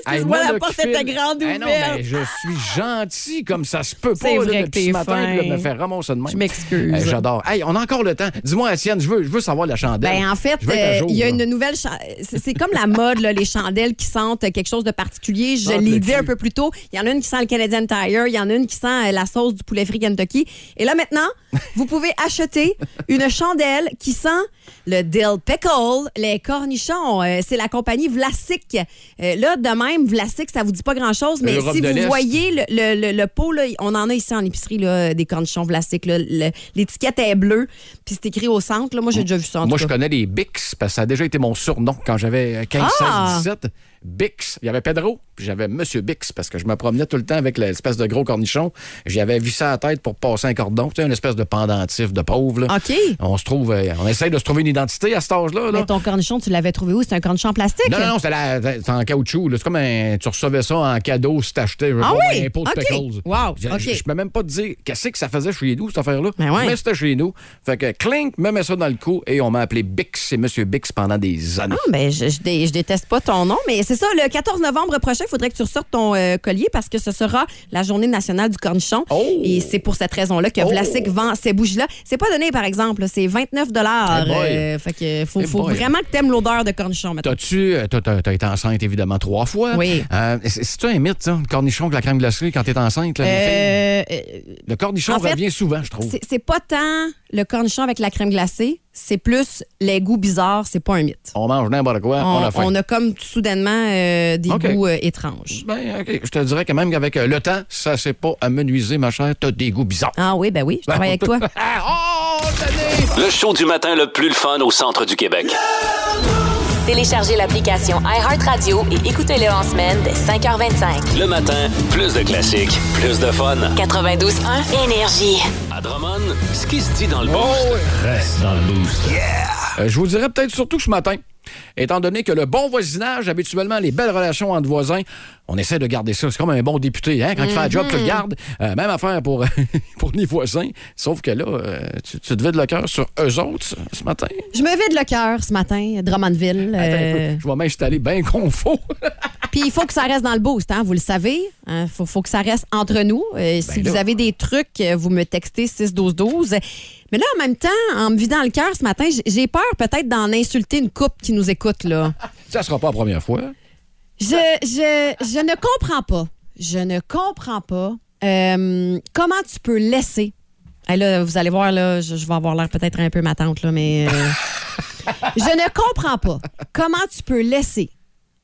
[SPEAKER 6] Excuse-moi, la porte était grande
[SPEAKER 5] ou
[SPEAKER 6] ouverte.
[SPEAKER 5] Eh non, mais je suis gentil comme ça se peut pas.
[SPEAKER 6] C'est
[SPEAKER 5] là,
[SPEAKER 6] vrai que
[SPEAKER 5] depuis
[SPEAKER 6] t'es
[SPEAKER 5] ce matin,
[SPEAKER 6] fin.
[SPEAKER 5] puis là, me faire ramasser de même.
[SPEAKER 6] Je m'excuse.
[SPEAKER 5] Eh, J'adore. Hey, on a encore le temps. Dis-moi, Étienne, je veux, je veux savoir la chandelle.
[SPEAKER 6] Ben, en fait,
[SPEAKER 5] Je veux être à
[SPEAKER 6] euh,
[SPEAKER 5] jour,
[SPEAKER 6] il y a
[SPEAKER 5] là.
[SPEAKER 6] une nouvelle. cha- C'est c'est comme la mode, là, les chandelles qui sentent quelque chose de particulier. Je
[SPEAKER 5] Sente le
[SPEAKER 6] l'ai dit
[SPEAKER 5] cul.
[SPEAKER 6] un peu plus tôt. Il y en a une qui sent le Canadian Tire. Il y en a une qui sent euh, la sauce du poulet frit Kentucky. Et là, maintenant, vous pouvez acheter une chandelle qui sent le dill pickle, les cornichons. Euh, C'est la compagnie Vlasic. Euh, Là, de même, Vlasic, ça vous dit pas grand-chose, mais
[SPEAKER 5] Europe
[SPEAKER 6] si
[SPEAKER 5] de
[SPEAKER 6] vous
[SPEAKER 5] l'Est.
[SPEAKER 6] voyez le, le- le- le pot, là, on en a ici en épicerie, là, des cornichons Vlasic. là. Le- L'étiquette est bleue, puis c'est écrit au centre. là. Moi, j'ai déjà vu ça. en
[SPEAKER 5] Moi,
[SPEAKER 6] tout
[SPEAKER 5] je
[SPEAKER 6] cas.
[SPEAKER 5] connais les Bix, parce que ça a déjà été mon surnom quand j'avais 15,
[SPEAKER 6] Ah!
[SPEAKER 5] 16, 17. Bix. Il y avait Pedro, puis j'avais Monsieur Bix, parce que je me promenais tout le temps avec l'espèce de gros cornichon. J'avais vissé à la tête pour passer un cordon. Tu sais, une espèce de pendentif de pauvre. là.
[SPEAKER 6] OK.
[SPEAKER 5] On se trouve, euh, on essaye de se trouver une identité à cet âge-là. là.
[SPEAKER 6] Mais ton cornichon, tu l'avais trouvé où? C'est un cornichon en plastique?
[SPEAKER 5] Non, non, non, c'était la- c'était en caoutchouc. là. C'est comme un, tu recevais ça en cadeau si t'achetais je veux
[SPEAKER 6] Ah
[SPEAKER 5] pas,
[SPEAKER 6] oui?
[SPEAKER 5] un pot de
[SPEAKER 6] OK.
[SPEAKER 5] pickles.
[SPEAKER 6] Wow,
[SPEAKER 5] Je,
[SPEAKER 6] OK.
[SPEAKER 5] je- je peux même pas te dire qu'est-ce que ça faisait chez nous, cette affaire-là.
[SPEAKER 6] Ben ouais.
[SPEAKER 5] Mais c'était chez nous. Fait que clink, me mets ça dans le cou et on m'a appelé Bix et Monsieur Bix pendant des années.
[SPEAKER 6] Ah, ben, je, je dé- je déteste pas ton nom, mais c'est ça, le 14 novembre prochain, il faudrait que tu ressortes ton euh, collier parce que ce sera la journée nationale du cornichon.
[SPEAKER 5] Oh!
[SPEAKER 6] Et c'est pour cette raison-là que
[SPEAKER 5] Oh!
[SPEAKER 6] Vlasic vend ces bougies-là. C'est pas donné, par exemple, là, c'est 29 dollars.
[SPEAKER 5] Eh
[SPEAKER 6] euh,
[SPEAKER 5] boy.
[SPEAKER 6] fait que faut,
[SPEAKER 5] Eh
[SPEAKER 6] faut
[SPEAKER 5] boy.
[SPEAKER 6] vraiment que t'aimes l'odeur de cornichon maintenant.
[SPEAKER 5] T'as-tu. euh, T'as t'as- t'as été enceinte, évidemment, trois fois.
[SPEAKER 6] Oui.
[SPEAKER 5] Euh, c'est- C'est-tu un mythe, ça, le cornichon que la crème glacée quand t'es enceinte? là, les filles?
[SPEAKER 6] Euh, euh,
[SPEAKER 5] le cornichon
[SPEAKER 6] en fait,
[SPEAKER 5] revient souvent, je trouve.
[SPEAKER 6] c'est- c'est pas tant le cornichon avec la crème glacée, c'est plus les goûts bizarres, c'est pas un mythe.
[SPEAKER 5] On mange n'importe quoi, on, a faim.
[SPEAKER 6] on a comme tout soudainement euh, des
[SPEAKER 5] OK.
[SPEAKER 6] goûts euh, étranges.
[SPEAKER 5] Ben, OK. Je te dirais que même qu'avec euh, le temps, ça s'est pas amenuisé, ma chère. T'as des goûts bizarres.
[SPEAKER 6] Ah oui, ben oui, je travaille avec toi.
[SPEAKER 5] Ah, oh, tenez!
[SPEAKER 2] Le show du matin le plus le fun au centre du Québec.
[SPEAKER 1] téléchargez l'application iHeartRadio et écoutez-le en semaine dès 5h25.
[SPEAKER 2] Le matin, plus de classiques, plus de fun.
[SPEAKER 1] 92.1, énergie.
[SPEAKER 2] À Drummond, ce qui se dit dans le boost reste dans le boost.
[SPEAKER 5] Euh, je vous dirais peut-être surtout ce matin. Étant donné que le bon voisinage, habituellement, les belles relations entre voisins, on essaie de garder ça. C'est comme un bon député, hein? Quand il fait un job, tu
[SPEAKER 6] Mhm.
[SPEAKER 5] le gardes. Euh, même affaire pour, pour les voisins. Sauf que là, euh, tu, tu te vides le cœur sur eux autres ce- ce matin.
[SPEAKER 6] Je me vide le cœur ce matin, Drummondville.
[SPEAKER 5] Attends un peu,
[SPEAKER 6] euh,
[SPEAKER 5] Je vais m'installer bien confort.
[SPEAKER 6] Puis il faut que ça reste dans le boost, hein, vous le savez. Il faut, faut que ça reste entre nous. Euh, si
[SPEAKER 5] Ben là.
[SPEAKER 6] vous avez des trucs, euh, vous me textez 6-12-12. Mais là, en même temps, en me vidant le cœur ce matin, j- j'ai peur peut-être d'en insulter une coupe qui nous écoute. là.
[SPEAKER 5] ça sera pas la première fois.
[SPEAKER 6] Je, je, je ne comprends pas. je ne comprends pas euh, comment tu peux laisser. Hey, là, vous allez voir, là, je, je vais avoir l'air peut-être un peu ma tante, là, mais euh, je ne comprends pas comment tu peux laisser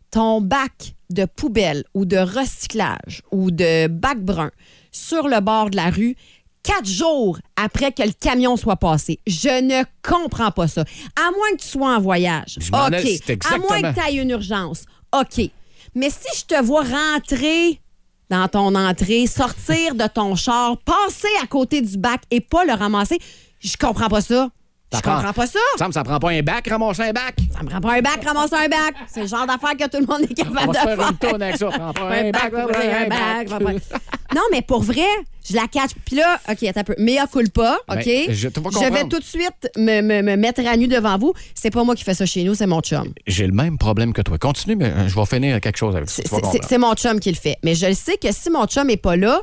[SPEAKER 6] ton bac de poubelle ou de recyclage ou de bac brun sur le bord de la rue quatre jours après que le camion soit passé. Je ne comprends pas ça. À moins que tu sois en voyage.
[SPEAKER 5] Je m'en allais,
[SPEAKER 6] OK.
[SPEAKER 5] c'est
[SPEAKER 6] À
[SPEAKER 5] exactement-
[SPEAKER 6] moins que tu aies une urgence. OK. Mais si je te vois rentrer dans ton entrée, sortir de ton char, passer à côté du bac et pas le ramasser, je comprends pas ça. Je
[SPEAKER 5] Ça prend-
[SPEAKER 6] comprends pas ça.
[SPEAKER 5] Ça me ça prend pas un bac, ramasser un bac.
[SPEAKER 6] Ça me prend pas un bac, ramasser un bac. C'est le genre d'affaire que tout le monde est
[SPEAKER 5] On
[SPEAKER 6] capable
[SPEAKER 5] va
[SPEAKER 6] de
[SPEAKER 5] se faire
[SPEAKER 6] faire.
[SPEAKER 5] une tonne avec ça. Prends pas
[SPEAKER 6] Un
[SPEAKER 5] un
[SPEAKER 6] bac,
[SPEAKER 5] bac,
[SPEAKER 6] un
[SPEAKER 5] prends
[SPEAKER 6] bac,
[SPEAKER 5] pas
[SPEAKER 6] un bac, un bac. Non, mais pour vrai, je la catch. Puis là, OK, attends un peu. Mea culpa, OK?
[SPEAKER 5] Ben, je te vois comprendre.
[SPEAKER 6] vais tout de suite me, me- me mettre à nu devant vous. C'est pas moi qui fais ça chez nous, c'est mon chum.
[SPEAKER 5] J'ai le même problème que toi. Continue, mais euh, je vais finir quelque chose avec ça.
[SPEAKER 6] C'est-
[SPEAKER 5] Tu vas
[SPEAKER 6] C'est
[SPEAKER 5] comprendre.
[SPEAKER 6] c'est mon chum qui le fait. Mais je le sais que si mon chum n'est pas là,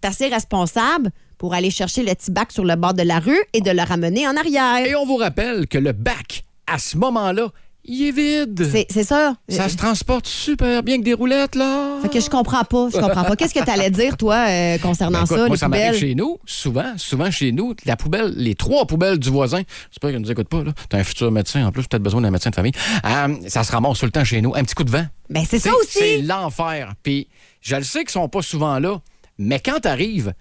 [SPEAKER 6] t'es assez responsable pour aller chercher le petit bac sur le bord de la rue et de le ramener en arrière.
[SPEAKER 5] Et on vous rappelle que le bac, à ce moment-là, il est vide.
[SPEAKER 6] C'est c'est ça. Euh,
[SPEAKER 5] Ça se transporte super bien que des roulettes, là.
[SPEAKER 6] Fait que je comprends pas, je comprends pas. Qu'est-ce que t'allais dire, toi, euh, concernant
[SPEAKER 5] Ben, écoute,
[SPEAKER 6] ça,
[SPEAKER 5] moi,
[SPEAKER 6] les
[SPEAKER 5] ça m'arrive
[SPEAKER 6] poubelles?
[SPEAKER 5] chez nous, souvent, souvent chez nous, la poubelle, les trois poubelles du voisin, j'espère qu'ils ne nous écoutent pas, là. T'as un futur médecin, en plus, peut-être besoin d'un médecin de famille. Euh, ça se ramasse tout le temps chez nous. Un petit coup de vent.
[SPEAKER 6] Ben, c'est ça
[SPEAKER 5] C'est- C'est
[SPEAKER 6] aussi.
[SPEAKER 5] l'enfer. Puis je le sais qu'ils sont pas souvent là, mais quand t'arrives,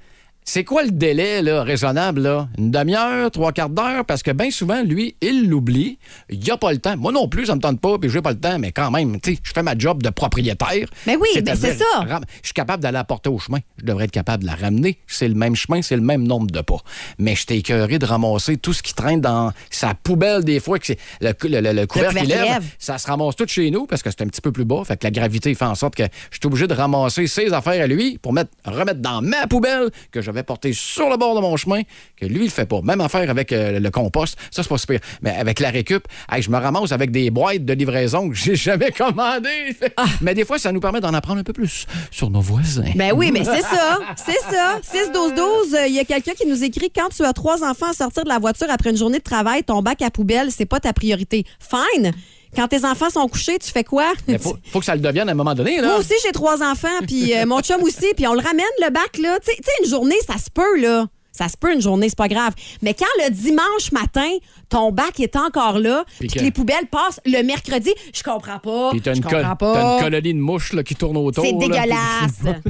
[SPEAKER 5] c'est quoi le délai là, raisonnable? Là? Une demi-heure, trois quarts d'heure? Parce que bien souvent, lui, il l'oublie. Il a pas le temps. Moi non plus, ça me tente pas, puis j'ai pas le temps, mais quand même, tu sais, je fais ma job de propriétaire.
[SPEAKER 6] Ben oui, ben c'est
[SPEAKER 5] C'est-à-dire,
[SPEAKER 6] ça.
[SPEAKER 5] ram- Je suis capable d'aller la porter au chemin. Je devrais être capable de la ramener. C'est le même chemin, c'est le même nombre de pas. Mais je t'ai écœuré de ramasser tout ce qui traîne dans sa poubelle des fois, que c'est le, cou- le- le- le couvercle qui
[SPEAKER 6] couvercle
[SPEAKER 5] lève.
[SPEAKER 6] lève.
[SPEAKER 5] Ça se ramasse tout chez nous parce que c'est un petit peu plus bas. Fait que la gravité fait en sorte que je suis obligé de ramasser ses affaires à lui pour mettre, remettre dans ma poubelle que je vais porter sur le bord de mon chemin, que lui, il fait pas. Même affaire avec euh, le compost. Ça, c'est pas super. Mais avec la récup, hey, je me ramasse avec des boîtes de livraison que j'ai jamais commandées.
[SPEAKER 6] Ah.
[SPEAKER 5] Mais des fois, ça nous permet d'en apprendre un peu plus sur nos voisins.
[SPEAKER 6] Ben oui, mais c'est ça, c'est ça. 6-12-12, euh, il y a quelqu'un qui nous écrit « Quand tu as trois enfants à sortir de la voiture après une journée de travail, ton bac à poubelle, c'est pas ta priorité. » Fine. Quand tes enfants sont couchés, tu fais quoi?
[SPEAKER 5] Mais faut, faut que ça le devienne à un moment donné. Là.
[SPEAKER 6] Moi aussi, j'ai trois enfants, puis euh, mon chum aussi, puis on le ramène, le bac, là. Tu sais- tu sais, une journée, ça se peut, là. Ça se peut une journée, c'est pas grave. Mais quand le dimanche matin, ton bac est encore là, puis que
[SPEAKER 5] que-
[SPEAKER 6] les poubelles passent le mercredi, je comprends pas.
[SPEAKER 5] Puis t'as
[SPEAKER 6] je
[SPEAKER 5] une, col-
[SPEAKER 6] comprends
[SPEAKER 5] t'as
[SPEAKER 6] pas.
[SPEAKER 5] une colonie de mouches là, qui tourne autour.
[SPEAKER 6] C'est
[SPEAKER 5] là.
[SPEAKER 6] dégueulasse.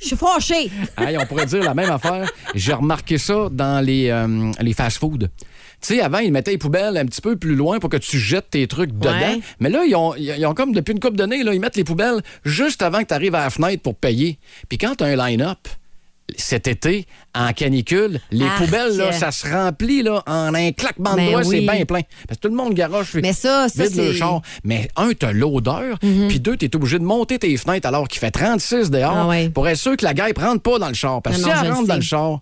[SPEAKER 6] Je suis fâchée.
[SPEAKER 5] Hey, on pourrait dire la même affaire. J'ai remarqué ça dans les, euh, les fast-foods. Tu sais, avant, ils mettaient les poubelles un petit peu plus loin pour que tu jettes tes trucs dedans.
[SPEAKER 6] Ouais.
[SPEAKER 5] Mais là, ils ont, ils ont comme, depuis une couple d'années, là, ils mettent les poubelles juste avant que tu arrives à la fenêtre pour payer. Puis quand tu as un line-up, cet été, en canicule, les
[SPEAKER 6] Arc.
[SPEAKER 5] poubelles, là, ça se remplit là, en un claquement
[SPEAKER 6] Ben
[SPEAKER 5] de doigts,
[SPEAKER 6] oui.
[SPEAKER 5] c'est bien plein. Parce que tout le monde garoche.
[SPEAKER 6] Mais ça, ça,
[SPEAKER 5] vide le
[SPEAKER 6] c'est-
[SPEAKER 5] char. Mais un, t'as l'odeur, puis deux, t'es obligé de monter tes fenêtres alors qu'il fait 36 dehors
[SPEAKER 6] Mhm. Ah ouais.
[SPEAKER 5] pour être sûr que la guêpe rentre pas dans le char. Parce que
[SPEAKER 6] Non,
[SPEAKER 5] si
[SPEAKER 6] non, je
[SPEAKER 5] elle
[SPEAKER 6] le
[SPEAKER 5] rentre dans
[SPEAKER 6] sais.
[SPEAKER 5] le char,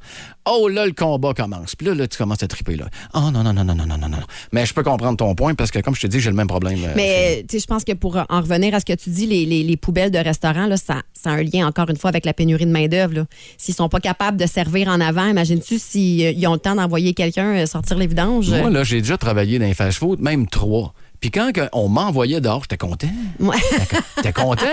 [SPEAKER 5] oh là, le combat commence. Puis là, là, tu commences à triper. Là. Oh non, non, non, non, non, non, non, non. Mais je peux comprendre ton point parce que, comme je te dis, j'ai le même problème. euh,
[SPEAKER 6] Mais tu sais, je pense que pour en revenir à ce que tu dis, les, les- les poubelles de restaurants, là, ça, ça a un lien encore une fois avec la pénurie de main-d'œuvre. là. S'ils sont pas capables de servir en avant, imagines-tu s'ils ont le temps d'envoyer quelqu'un euh, sortir les vidanges?
[SPEAKER 5] Moi, là, j'ai déjà travaillé dans les fast-food, même trois. Puis quand que- on m'envoyait dehors, j'étais content.
[SPEAKER 6] Ouais.
[SPEAKER 5] T'es content?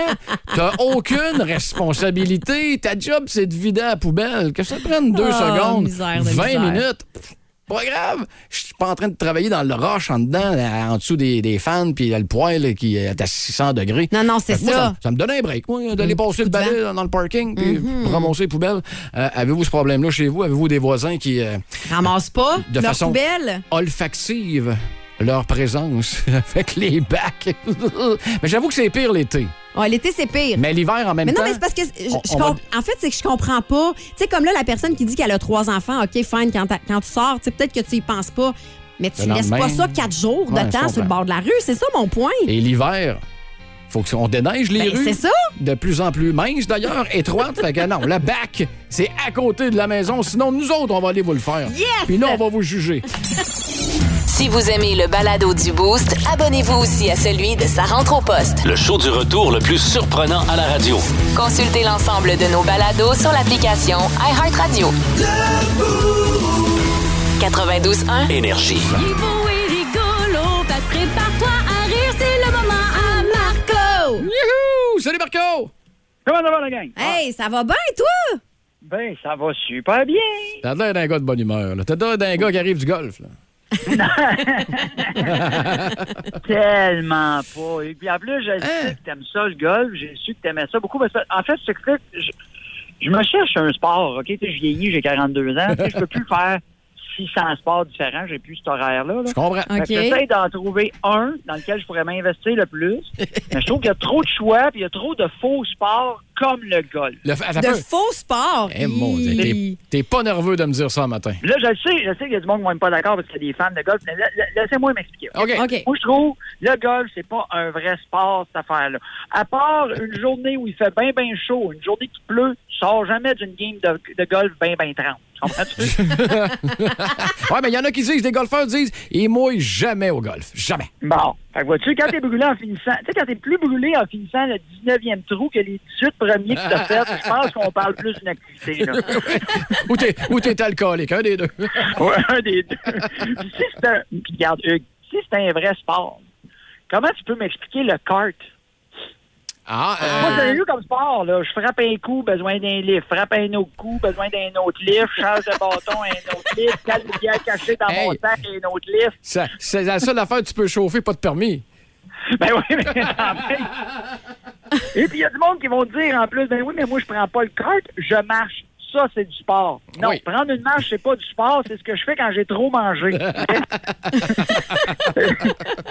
[SPEAKER 5] T'as aucune responsabilité. Ta job, c'est de vider la poubelle. Que ça te prenne deux
[SPEAKER 6] Oh,
[SPEAKER 5] secondes,
[SPEAKER 6] misère de
[SPEAKER 5] 20
[SPEAKER 6] misère.
[SPEAKER 5] minutes. pff, Pas grave. Je suis pas en train de travailler dans le roche en dedans, là, en dessous des, des fans, puis là, le poêle qui est à 600 degrés.
[SPEAKER 6] Non, non, c'est
[SPEAKER 5] Fait que moi,
[SPEAKER 6] ça.
[SPEAKER 5] me- ça me donnait un break, moi, d'aller passer le
[SPEAKER 6] coup de
[SPEAKER 5] balai dans le parking, puis
[SPEAKER 6] Mm-hmm.
[SPEAKER 5] ramasser les poubelles. Euh, Avez-vous ce problème-là chez vous? Avez-vous des voisins qui. euh,
[SPEAKER 6] Ramasse pas
[SPEAKER 5] De
[SPEAKER 6] leurs
[SPEAKER 5] façon-
[SPEAKER 6] poubelles.
[SPEAKER 5] olfactive leur présence avec les bacs. mais j'avoue que c'est pire l'été.
[SPEAKER 6] Ouais, L'été, c'est pire.
[SPEAKER 5] Mais l'hiver en même
[SPEAKER 6] Mais non,
[SPEAKER 5] temps.
[SPEAKER 6] mais c'est parce que je- je
[SPEAKER 5] on- on va-
[SPEAKER 6] comp- en fait, c'est que je comprends pas. Tu sais, comme là, la personne qui dit qu'elle a trois enfants, OK, fine, quand, t'as- quand tu sors, tu sais, peut-être que tu y penses pas, mais tu
[SPEAKER 5] Le
[SPEAKER 6] laisses
[SPEAKER 5] lendemain.
[SPEAKER 6] pas ça quatre jours
[SPEAKER 5] Ouais,
[SPEAKER 6] de
[SPEAKER 5] je
[SPEAKER 6] temps sur le
[SPEAKER 5] comprends.
[SPEAKER 6] bord de la rue. C'est ça mon point.
[SPEAKER 5] Et l'hiver, faut qu'on déneige les
[SPEAKER 6] Ben,
[SPEAKER 5] rues.
[SPEAKER 6] c'est ça.
[SPEAKER 5] De plus en plus mince d'ailleurs, étroite. fait que non, le bac, c'est à côté de la maison. Sinon, nous autres, on va aller vous le faire.
[SPEAKER 6] Yes!
[SPEAKER 5] Puis nous, on va vous juger.
[SPEAKER 1] Si vous aimez le balado du Boost, abonnez-vous aussi à celui de Sa rentre au poste.
[SPEAKER 2] Le show du retour le plus surprenant à la radio.
[SPEAKER 1] Consultez l'ensemble de nos balados sur l'application iHeartRadio. 92.1,
[SPEAKER 2] Énergie.
[SPEAKER 3] Il est beau et rigolo, fait que prépare-toi à rire, c'est le moment à Marco.
[SPEAKER 5] Youhou! Salut Marco!
[SPEAKER 7] Comment ça va, la gang?
[SPEAKER 6] Hey,
[SPEAKER 5] Ah.
[SPEAKER 6] ça va bien, toi?
[SPEAKER 7] Ben, ça va super bien.
[SPEAKER 5] T'as l'air d'un gars de bonne humeur. là. T'as l'air d'un gars qui arrive du golf. Là.
[SPEAKER 7] Tellement pas. Et puis, en plus, je sais que t'aimes ça, le golf. J'ai su que t'aimais ça beaucoup. Parce que, en fait, c'est que je, je me cherche un sport, OK? Tu sais, je vieillis, j'ai 42 ans. Tu sais, Je peux plus faire 600 sports différents. J'ai plus cet horaire-là. là.
[SPEAKER 5] Je comprends.
[SPEAKER 7] Fait que J'essaie d'en trouver un dans lequel je pourrais m'investir le plus. Mais je trouve qu'il y a trop de choix, puis il y a trop de faux sports comme le golf.
[SPEAKER 5] Le, attends un
[SPEAKER 6] De
[SPEAKER 5] peu.
[SPEAKER 6] faux sports.
[SPEAKER 5] Eh, mon Dieu, t'es-
[SPEAKER 6] Hi.
[SPEAKER 5] t'es pas nerveux de me dire ça un matin.
[SPEAKER 7] Là, je le sais, je sais qu'il y a du monde qui ne pas d'accord parce qu'il y a des fans de golf, mais la- la- laissez-moi m'expliquer.
[SPEAKER 5] OK.
[SPEAKER 6] OK.
[SPEAKER 7] Moi, je trouve, le golf, c'est pas un vrai sport, cette affaire-là. À part une journée où il fait bien, bien chaud, une journée qui pleut, tu sors jamais d'une game de, de golf bien, bien 30. Tu comprends-tu?
[SPEAKER 5] Ouais, mais il y en a qui disent, des golfeurs disent, ils mouillent jamais au golf. Jamais.
[SPEAKER 7] bon. Fait que vois-tu, quand t'es brûlé en finissant, tu sais, quand t'es plus brûlé en finissant le 19e trou que les 18 premiers que t'as fait, je pense qu'on parle plus d'une activité, là.
[SPEAKER 5] Ou t'es, ou t'es alcoolique, un des deux.
[SPEAKER 7] Ouais, un des deux. Puis si c'est un, puis regarde, Hugues, si c'est un vrai sport, comment tu peux m'expliquer le kart?
[SPEAKER 5] Ah, euh,
[SPEAKER 7] Moi, j'ai eu comme sport, là. Je frappe un coup, besoin d'un lift. Frappe un autre coup, besoin d'un autre lift. Charge de bâton, un autre lift. Calme bien caché dans mon
[SPEAKER 5] Hey.
[SPEAKER 7] sac, un autre lift.
[SPEAKER 5] ça- c'est la seule affaire que tu peux chauffer, pas de permis.
[SPEAKER 7] Ben oui, mais en fait. Et puis, il y a du monde qui vont dire, en plus, ben oui, mais moi, je prends pas le kart, je marche. Ça, c'est du sport. Non,
[SPEAKER 5] Oui.
[SPEAKER 7] prendre une marche, c'est pas du sport, c'est ce que je fais quand j'ai trop mangé.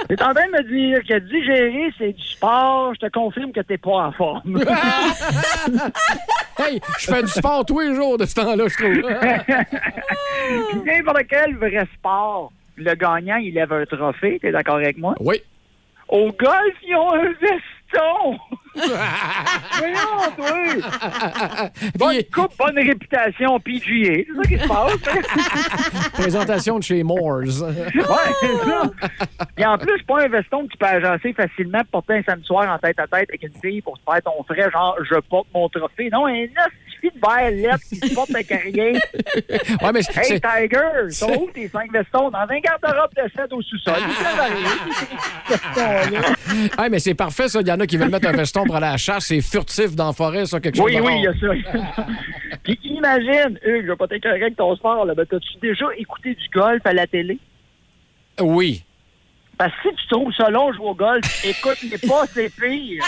[SPEAKER 7] T'es en train de me dire que digérer, c'est du sport. Je te confirme que t'es pas en forme.
[SPEAKER 5] Hey, je fais du sport tous les jours de ce temps-là, je trouve.
[SPEAKER 7] N'importe quel vrai sport, le gagnant, il lève un trophée, t'es d'accord avec moi?
[SPEAKER 5] Oui.
[SPEAKER 7] Au golf, ils ont un veston! Voyons, toi!
[SPEAKER 5] Puis,
[SPEAKER 7] Coupe, bonne réputation PGA. C'est ça qui se passe.
[SPEAKER 5] présentation de chez Moores.
[SPEAKER 7] ouais, c'est ça. Et en plus, c'est pas un veston que tu peux agencer facilement pour porter un samedi soir en tête à tête avec une fille pour te faire ton frais, genre, je porte mon trophée. Non, un hostie de verre lettre qui se porte avec rien.
[SPEAKER 5] Ouais, mais c'est-
[SPEAKER 7] Hey,
[SPEAKER 5] c'est-
[SPEAKER 7] Tiger, sont où tes cinq vestons? Dans un garde-robe de 7 au sous-sol. Ils peuvent arriver.
[SPEAKER 5] hey, mais c'est parfait, ça. Il y en a qui veulent mettre un veston pour aller à la chasse. C'est furtif dans la forêt, ça, quelque chose
[SPEAKER 7] Oui,
[SPEAKER 5] de
[SPEAKER 7] oui,
[SPEAKER 5] rare.
[SPEAKER 7] il y a ça. Puis imagine, Hugues, je vais pas t'écœurer avec ton sport, là, mais t'as-tu déjà écouté du golf à la télé?
[SPEAKER 5] Oui.
[SPEAKER 7] Parce que si tu trouves ça long jouer au golf, écoute, mais pas, c'est pire.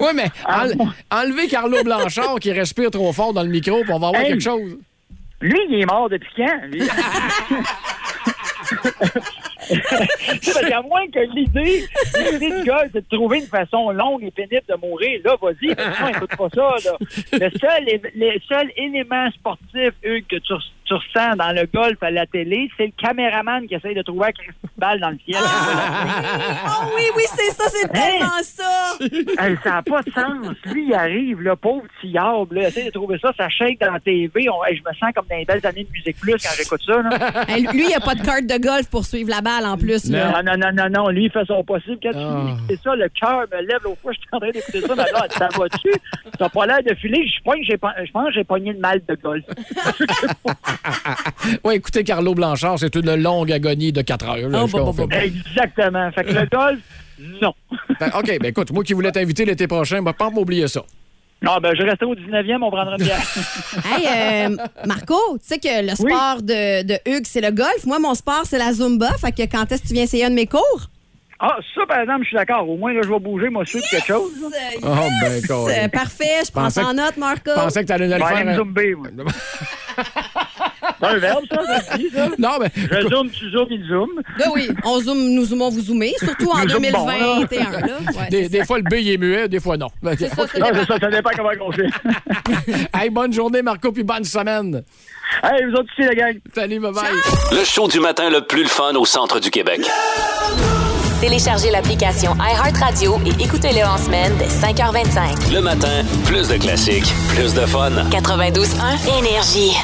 [SPEAKER 5] Oui, mais
[SPEAKER 7] Ah,
[SPEAKER 5] enle-
[SPEAKER 7] bon.
[SPEAKER 5] enlevez Carlo Blanchard qui respire trop fort dans le micro, puis on va avoir
[SPEAKER 7] Hey.
[SPEAKER 5] quelque chose.
[SPEAKER 7] Lui, il est mort depuis quand? lui? Tu sais, parce qu'à moins que l'idée, l'idée de golf, c'est de trouver une façon longue et pénible de mourir, là, vas-y, mais sinon, écoute pas ça, là. Le seul, é- le seul élément sportif, Hugues, que tu, res- tu ressens dans le golf à la télé, c'est le caméraman qui essaye de trouver un Christy de balle dans le ciel.
[SPEAKER 5] Ah,
[SPEAKER 6] Oh oui, oui, c'est ça,
[SPEAKER 5] Hein?
[SPEAKER 6] c'est tellement ça.
[SPEAKER 7] Hey, ça n'a pas de sens. Lui, il arrive, le pauvre petit diable, là, essaye de trouver ça, ça shake dans la TV. On- hey, je me sens comme dans les belles années de Musique Plus quand j'écoute ça, là.
[SPEAKER 6] Hey, lui, il a pas de carte de golf pour suivre la balle en plus. là.
[SPEAKER 7] Ah, Non, non, non, non, non, lui, il fait son possible. Quand
[SPEAKER 5] Ah.
[SPEAKER 7] tu dis que c'est ça, le cœur me lève au foie, je suis en train d'écouter ça, mais là, ça va-tu? T'as pas l'air de filer, je pogne, j'ai pas- je pense que j'ai pogné le mal de golf.
[SPEAKER 5] Oui, écoutez, Carlo Blanchard, c'est une longue agonie de 4 heures. là,
[SPEAKER 6] Oh,
[SPEAKER 5] je
[SPEAKER 6] bah, bah,
[SPEAKER 5] confirme.
[SPEAKER 6] bah,
[SPEAKER 7] Exactement. Fait que le golf, non.
[SPEAKER 5] Fait- OK, ben écoute, moi qui voulais t'inviter l'été prochain, ben, pas m'oublier ça.
[SPEAKER 7] Non, ben, je resterai au 19e, on prendra une bière.
[SPEAKER 6] Hey, euh, Marco, tu sais que le
[SPEAKER 7] Oui.
[SPEAKER 6] sport de, de Hugues, c'est le golf. Moi, mon sport, c'est la Zumba. Fait que quand est-ce que tu viens essayer un de mes cours?
[SPEAKER 7] Ah, ça, par exemple, je suis d'accord. Au moins, là, je vais bouger, moi, suivre quelque chose.
[SPEAKER 6] Euh,
[SPEAKER 5] Oh, ben,
[SPEAKER 6] yes!
[SPEAKER 5] Colin.
[SPEAKER 6] Euh, parfait, je prends
[SPEAKER 5] Pensais
[SPEAKER 6] ça en
[SPEAKER 5] que-
[SPEAKER 6] note, Marco.
[SPEAKER 5] Je pensais que t'allais le
[SPEAKER 7] Je vais aller
[SPEAKER 5] faire.
[SPEAKER 7] me
[SPEAKER 5] euh,
[SPEAKER 7] zoomer, moi. C'est un verbe, ça, ça se dit, ça?
[SPEAKER 5] euh, Non, mais
[SPEAKER 7] Je zoome, tu zoomes, il zoome.
[SPEAKER 6] Ben oui, on zoome, nous zoomons, vous zoomez, surtout en
[SPEAKER 7] Nous zoomons,
[SPEAKER 6] 2021. là. Ouais,
[SPEAKER 5] des,
[SPEAKER 6] c'est
[SPEAKER 5] des
[SPEAKER 6] ça.
[SPEAKER 5] fois le B il est muet, des fois non.
[SPEAKER 6] C'est ça, c'est
[SPEAKER 7] Non,
[SPEAKER 6] des-
[SPEAKER 7] c'est ça, ça dépend comment on fait.
[SPEAKER 5] Hey, bonne journée, Marco, puis bonne semaine.
[SPEAKER 7] hey, vous autres ici, la gang.
[SPEAKER 5] Salut, bye bye.
[SPEAKER 2] Le show du matin le plus le fun au centre du Québec.
[SPEAKER 1] Téléchargez l'application iHeartRadio et écoutez-le en semaine dès 5h25.
[SPEAKER 2] Le matin, plus de classiques, plus de fun.
[SPEAKER 1] 92.1 Énergie.